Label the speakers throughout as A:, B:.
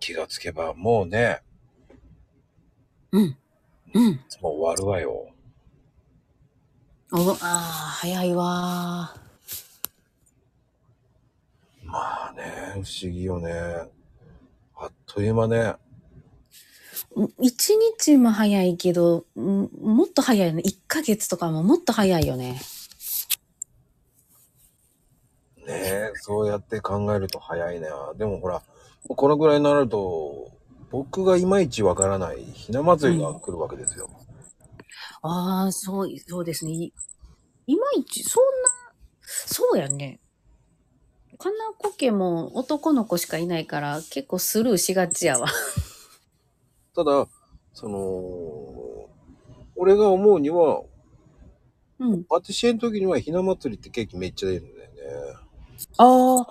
A: 気がつけば、もうね、
B: うん。うん。
A: もう終わるわよ。
B: お、ああ、早いわー。
A: まあね、不思議よね。あっという間ね。
B: うん一日も早いけど、うんもっと早いよね。一ヶ月とかももっと早いよね。
A: ねそうやって考えると早いな。でもほら、このぐらいになると、僕がいまいちわからないひな祭りが来るわけですよ。
B: ああ、そう、そうですね。いいまいち、そんな、そうやね。金子家も男の子しかいないから結構スルーしがちやわ。
A: ただ、その、俺が思うには、
B: うん。
A: 私の時にはひな祭りってケーキめっちゃ出るんだよね。
B: ああ、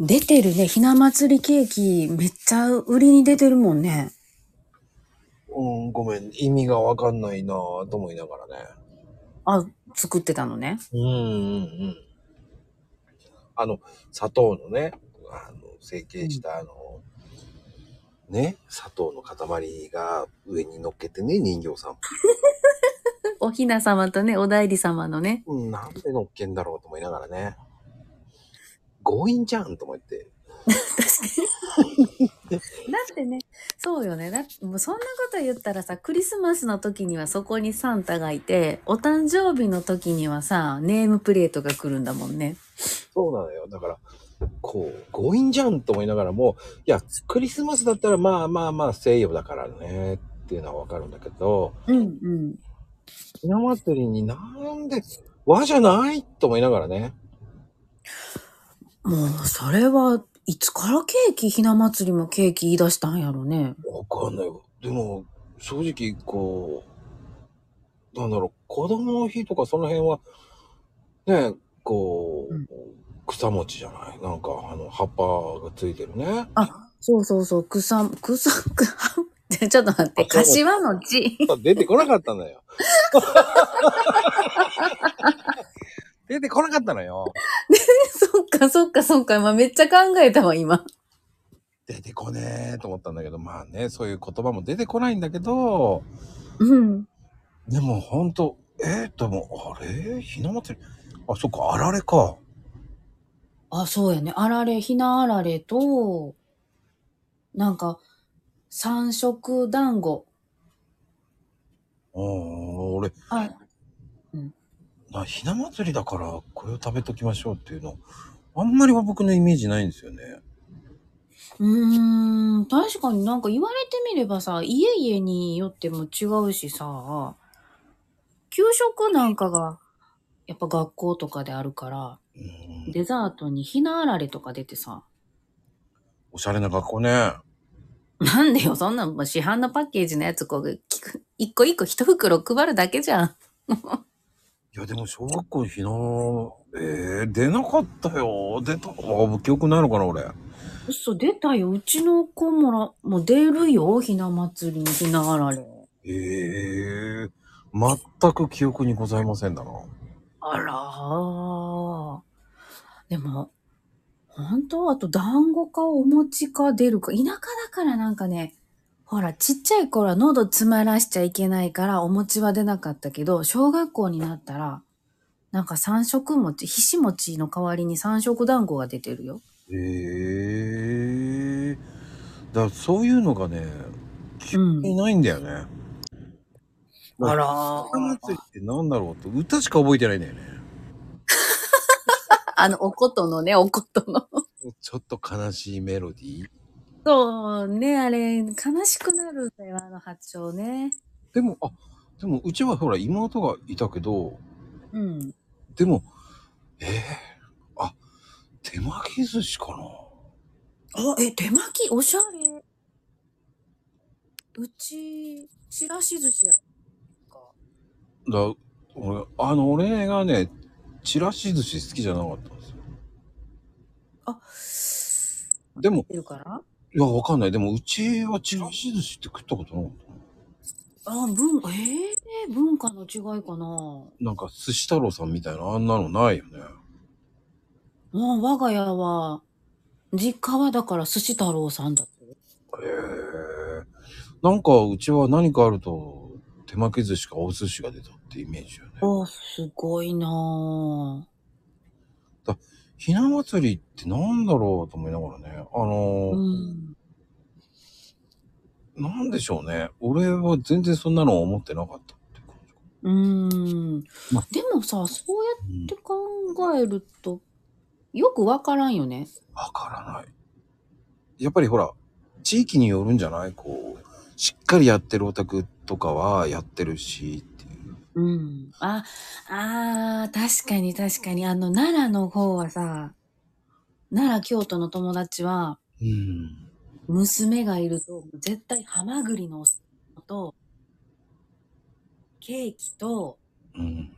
B: 出てるね。ひな祭りケーキめっちゃ売りに出てるもんね。
A: うん、ごめん、意味がわかんないなぁと思いながらね。
B: あ、作ってたのね。
A: うんうんうん。あの、砂糖のね、あの、成形したあの、ね、砂糖の塊が上に乗っけてね、人形さん。
B: おひな様とね、おだいり様のね。
A: うん、なんで乗っけんだろうと思いながらね。強引じゃんと思って。
B: だってね、そうよね。だってもうそんなこと言ったらさ、クリスマスの時にはそこにサンタがいて、お誕生日の時にはさ、ネームプレートが来るんだもんね。
A: そうなのよ。だから、こう、強引じゃんと思いながらも、いや、クリスマスだったらまあまあまあ西洋だからね、っていうのはわかるんだけど、
B: うんうん。
A: ひな祭りになんで和じゃないと思いながらね。
B: もう、それはいつからケーキ、ひな祭りもケーキ言い出したんやろね。
A: わかんないよ。でも、正直、こう、なんだろう、子供の日とかその辺は、ね、こう、
B: うん
A: 草餅じゃないなんか、あの、葉っぱがついてるね。
B: そうそうそう、草、草、 くちょっと待って、柏の地。
A: 出てこなかったんだよ。出てこなかったのよ。
B: そっかそっかそっか、今めっちゃ考えたわ、今。
A: 出てこねえと思ったんだけど、まあね、そういう言葉も出てこないんだけど、
B: うん。
A: でもほんと、えー、でも、あれひな祭りあ、そっか、あられか。
B: あ、そうやね。あられ、ひなあられと、なんか、三色団子。
A: うん、俺、
B: あ、
A: なひな祭りだからこれを食べときましょうっていうのあんまり僕のイメージないんですよね。
B: うーん、確かになんか言われてみればさ、家々によっても違うしさ、給食なんかが、やっぱ学校とかであるから、
A: うん、
B: デザートにひなあられとか出てさ、
A: おしゃれな学校ね。
B: なんでよ、そんなんもう市販のパッケージのやつこう、きく一個一個一袋配るだけじゃん。
A: いやでも小学校のひなえー、出なかったよ。出た。あ記憶ないのかな俺。
B: 嘘、出たよ。うちの子もら、もう出るよ、ひな祭りにひなあられ。
A: えー、全く記憶にございませんだな。
B: あらー。でも、本当あと団子かお餅か出るか。田舎だからなんかね、ほら、ちっちゃい頃は喉詰まらしちゃいけないからお餅は出なかったけど、小学校になったら、なんか三色餅、ひし餅の代わりに三色団子が出てるよ。
A: えー、だからそういうのがね、記憶にないんだよね。
B: あら
A: ひな
B: ー。
A: 祭りってなんだろうって歌しか覚えてないんだよね。
B: あの、おことのね、おことの。
A: ちょっと悲しいメロディー。
B: そうね、あれ、悲しくなるんだよ、あの発祥ね。
A: でも、あ、でもうちはほら妹がいたけど、
B: うん。
A: でも、ええあ、手巻き寿司かな。
B: あ、え、手巻き、おしゃれ。うち、ちらし寿司やか。
A: だ、俺、あの、俺がね、ちらし寿司好きじゃなかったんですよ。
B: あ、
A: でも、
B: 出るから
A: いや、わかんない。でも、うちはちらし寿司って食ったことなかったな。
B: あ、文、えー、文化の違いかな。
A: なんか、寿司太郎さんみたいな、あんなのないよね。
B: もう我が家は、実家はだから寿司太郎さんだって。
A: なんかうちは何かあると手巻き寿司かお寿司が出たってイメージよね。
B: ああ、すごいなぁ。
A: ひな祭りってなんだろうと思いながらね。あ
B: う
A: の
B: ん。
A: ー、なんでしょうね。俺は全然そんなの思ってなかったって感じか。
B: うん。で
A: まあ
B: もさ、そうや
A: うん
B: って考えると、よくわからんよね。
A: わからない。やっぱりほら、地域によるんじゃないこう、しっかりやってるオタクとかはやってるしっていう。
B: うん。あ、あー確かに確かに。あの、奈良の方はさ、奈良、京都の友達は、
A: うん。
B: 娘がいると、絶対ハマグリのお寿司と、ケーキと、
A: うん。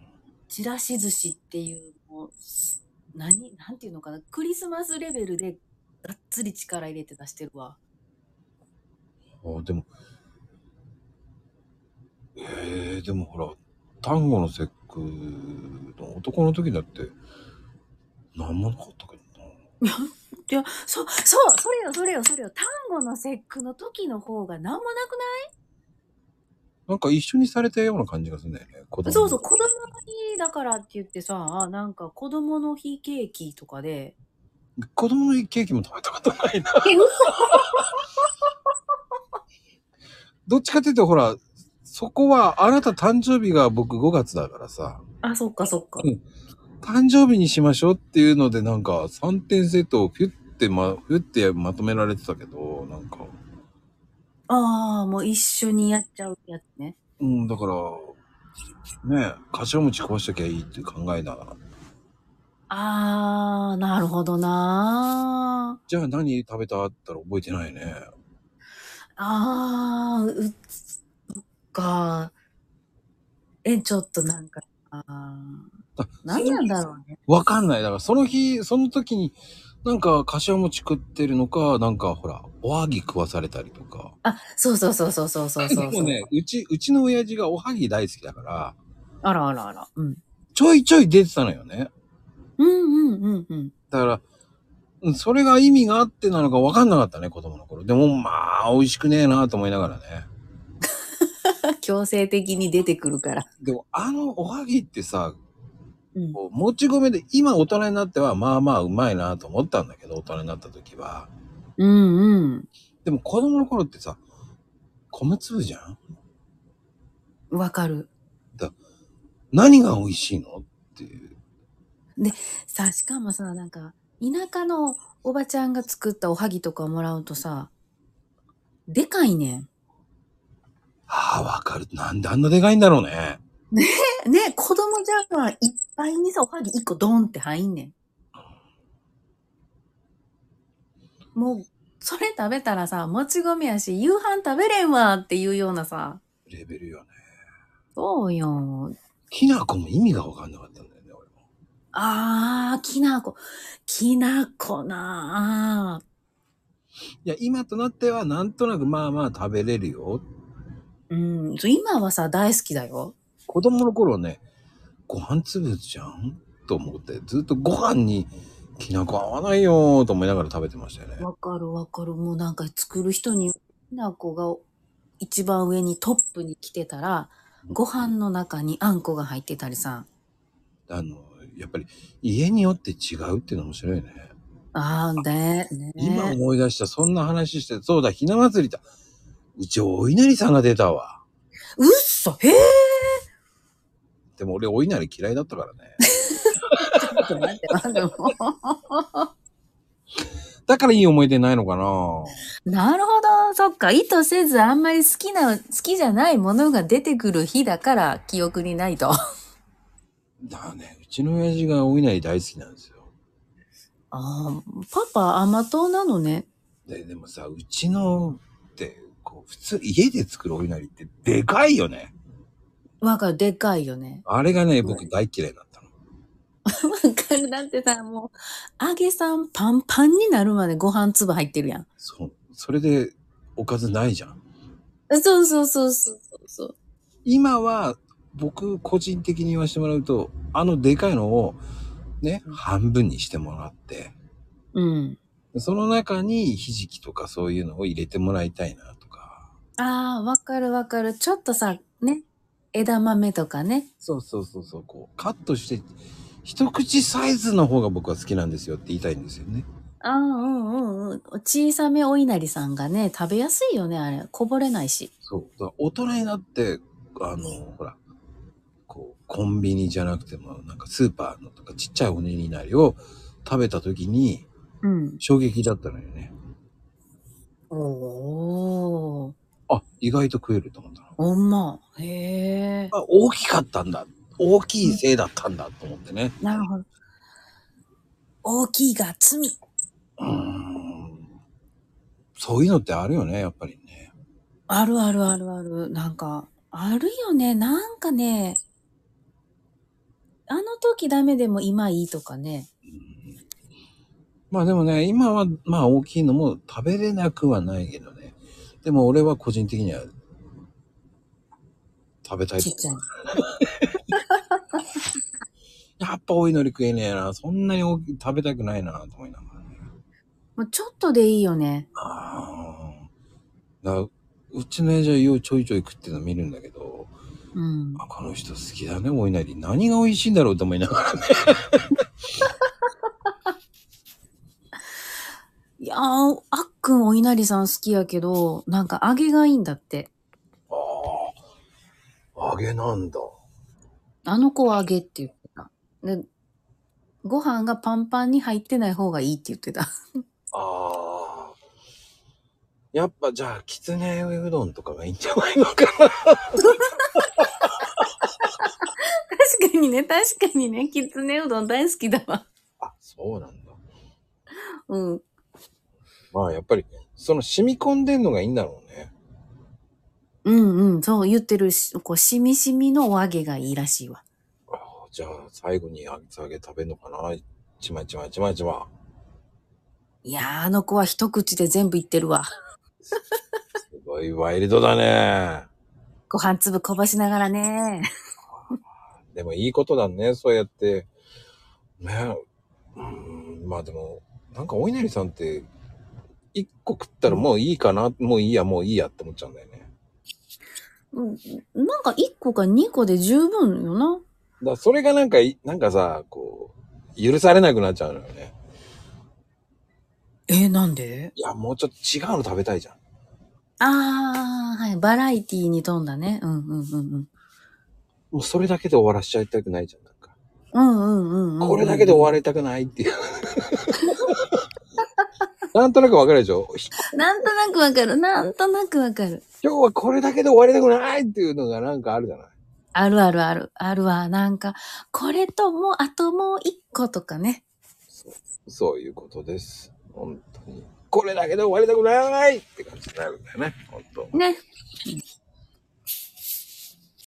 B: ちらし寿司っていう、もう、す何、なんていうのかな、クリスマスレベルで、がっつり力入れて出してるわ。
A: あでも、えー、でもほら、単語の節句の男の時だって、なんもなかったけどな。
B: いや、そ、そう、それよ、それよ、それよ。単語の節句の時の方が何もなくな
A: なんか一緒にされたような感じがするんだよね。子供
B: い
A: に
B: そうそう、子供の日だからって言ってさ、なんか子供の日ケーキと かで、
A: 子供のケーキも食べたことない な。
B: え、嘘
A: どっちかっていうとほら、そこはあなた誕生日が僕5月だからさ、
B: あ、そっかそっか。
A: 誕生日にしましょうっていうのでなんか3点セットをピュッてま、ピュッてまとめられてたけど、なんか、
B: ああ、もう一緒にやっちゃうやつね。
A: うん、だから、ねえ、柏餅壊しときゃいいって考えながら。
B: ああ、なるほどな
A: じゃあ何食べたったら覚えてないね。
B: ー。ああ、うっ、そっか。え、ちょっとなんか、あー
A: あ
B: 何なんだろうね。
A: わかんない。だからその日、その時に、なんか柏餅食ってるのか、なんかほら、おはぎ食わされたりとか。
B: あ、そうそうそうそうそうそうそう
A: でもね、うち、うちの親父がおはぎ大好きだから、
B: あらあらあら。うん。
A: ちょいちょい出てたのよね。
B: うんうんうんうん。
A: だからうん、それが意味があってなのかわかんなかったね、子供の頃。でもまあ、美味しくねえなと思いながらね。
B: 強制的に出てくるから。
A: でも、あのおはぎってさ、
B: うん。
A: こうもち米で、今大人になっては、まあまあうまいなと思ったんだけど、大人になった時は。
B: うんうん。
A: でも子供の頃ってさ、米粒じゃん
B: わかる。
A: 何が美味しいのっていう。
B: さあ、しかもさ、なんか、田舎のおばちゃんが作ったおはぎとかもらうとさ、でかいねん。
A: ああ、わかる。なんであんなでかいんだろうね。
B: ね、子供じゃんはいっぱいにさ、おはぎ1個ドンって入んねん。もう、それ食べたらさ、もち米やし、夕飯食べれんわっていうようなさ、
A: レベルよね。
B: そうよ。
A: きなこも意味がわかんなかったんだよね、俺も。
B: あー、きなこ。きなこなー
A: いや、今となっては、なんとなくまあまあ食べれるよ。
B: うん、そう今はさ、大好きだよ。
A: 子供の頃ね、ご飯粒じゃんと思って、ずっとご飯にきなこ合わないよーと思いながら食べてましたよね。
B: わかるわかる。もうなんか作る人に、きなこが一番上にトップに来てたら、ご飯の中にあんこが入ってたりさ。
A: あの、やっぱり家によって違うっていうの面白いね。
B: ああ、ね、ね。
A: 今思い出した、そんな話して、そうだ、ひな祭りだ。うちお稲荷さんが出たわ。
B: うっそへえ
A: でも俺お稲荷嫌いだったからね。
B: ちょっと待って、待って、も
A: だからいい思い出ないのかな
B: う。なるほど、そっか。意図せずあんまり好きな、好きじゃないものが出てくる日だから記憶にないと。あ
A: だからね、うちの親父がお稲荷大好きなんですよ。
B: あ、パパ甘党なのね。
A: で、でもさ、うちのって、こう、普通家で作るお稲荷ってでかいよね。
B: わかる、でかいよね。
A: あれがね、僕大嫌いだったの。
B: わかる、だってさ、もう、揚げさんパンパンになるまでご飯粒入ってるやん。
A: そう。それで、おかずないじゃん。
B: そうそうそうそうそう。
A: 今は、僕個人的に言わせてもらうと、あのでかいのを、ね、
B: うん
A: 半分にしてもらって、
B: うん。
A: その中にひじきとかそういうのを入れてもらいたいなとか。
B: ああ、わかるわかる。ちょっとさ、ね。枝豆とかね。
A: そうそうそうそう、こう、カットして、一口サイズの方が僕は好きなんですよって言いたいんですよね。
B: ああ、うんうんうん。小さめお稲荷さんがね、食べやすいよね、あれ。こぼれないし。
A: そう。だから大人になって、あの、ほら、こう、コンビニじゃなくても、なんかスーパーのとかちっちゃいおねりなりを食べた時に
B: うん。
A: 衝撃だったのよね。
B: おー。
A: あ、意外と食えると思ったの。
B: ほんま。へえ。
A: あ、大きかったんだ。大きいせいだったんだと思ってね。
B: なるほど。大きいが罪。
A: うーん。そういうのってあるよね、やっぱりね。
B: あるあるあるある。なんか、あるよね。なんかね、あの時ダメでも今いいとかね。
A: うんまあでもね、今はまあ大きいのも食べれなくはないけどね。でも俺は個人的には食べたい。
B: ちっちゃい。
A: やっぱ多いのに食えねえな。そんなに大きい食べたくないなと思いながらね。
B: もうちょっとでいいよね。
A: ああ。だからうちの親父はようちょいちょい食ってるの見るんだけど、
B: うん。
A: あこの人好きだね、お稲荷。何が美味しいんだろうと思いながらね。
B: いやー、あっくんお稲荷さん好きやけど、なんか揚げがいいんだって。
A: ああ。揚げなんだ。
B: あの子は揚げって言ってた。で、ご飯がパンパンに入ってない方がいいって言ってた。
A: あ あ。やっぱじゃあ、きつねうどんとかがいいんじゃないのかな。
B: 確かにね、確かにね、きつねうどん大好きだわ。
A: あ、そうなんだ。
B: うん。
A: まあやっぱり、その染み込んでんのがいいんだろうね。
B: うんうん、そう言ってるし、こう、しみしみのお揚げがいいらしいわ。
A: ああじゃあ、最後に厚揚げ食べるのかな。ちまちまちまちま。
B: いやー、あの子は一口で全部いってるわ。
A: すごいワイルドだね。
B: ご飯粒こぼしながらね。
A: でもいいことだね、そうやって。ねうーん、まあでも、なんかお稲荷さんって、一個食ったらもういいかな、もういいや、もういいやって思っちゃうんだよね。
B: うんなんか一個か二個で十分よな。
A: だからそれがなんかい、なんかさ、こう、許されなくなっちゃうのよね。
B: えー、なんで
A: いや、もうちょっと違うの食べたいじゃん。
B: あー、はい、バラエティーに富んだね。うんうんうんうん。
A: もうそれだけで終わらしちゃいたくないじゃん。なんか、
B: うんうんうん、うん。
A: これだけで終わりたくない っていう。なんとなくわかるでしょひ
B: なんとなくわかる。なんとなくわかる。
A: 今日はこれだけで終わりたくないっていうのがなんかあるじゃない
B: あるあるある。あるわ。なんか、これともう、あともう一個とかね。
A: そういうことです。本当に。これだけで終わりたくないって感じになるんだよね。本当。
B: ね。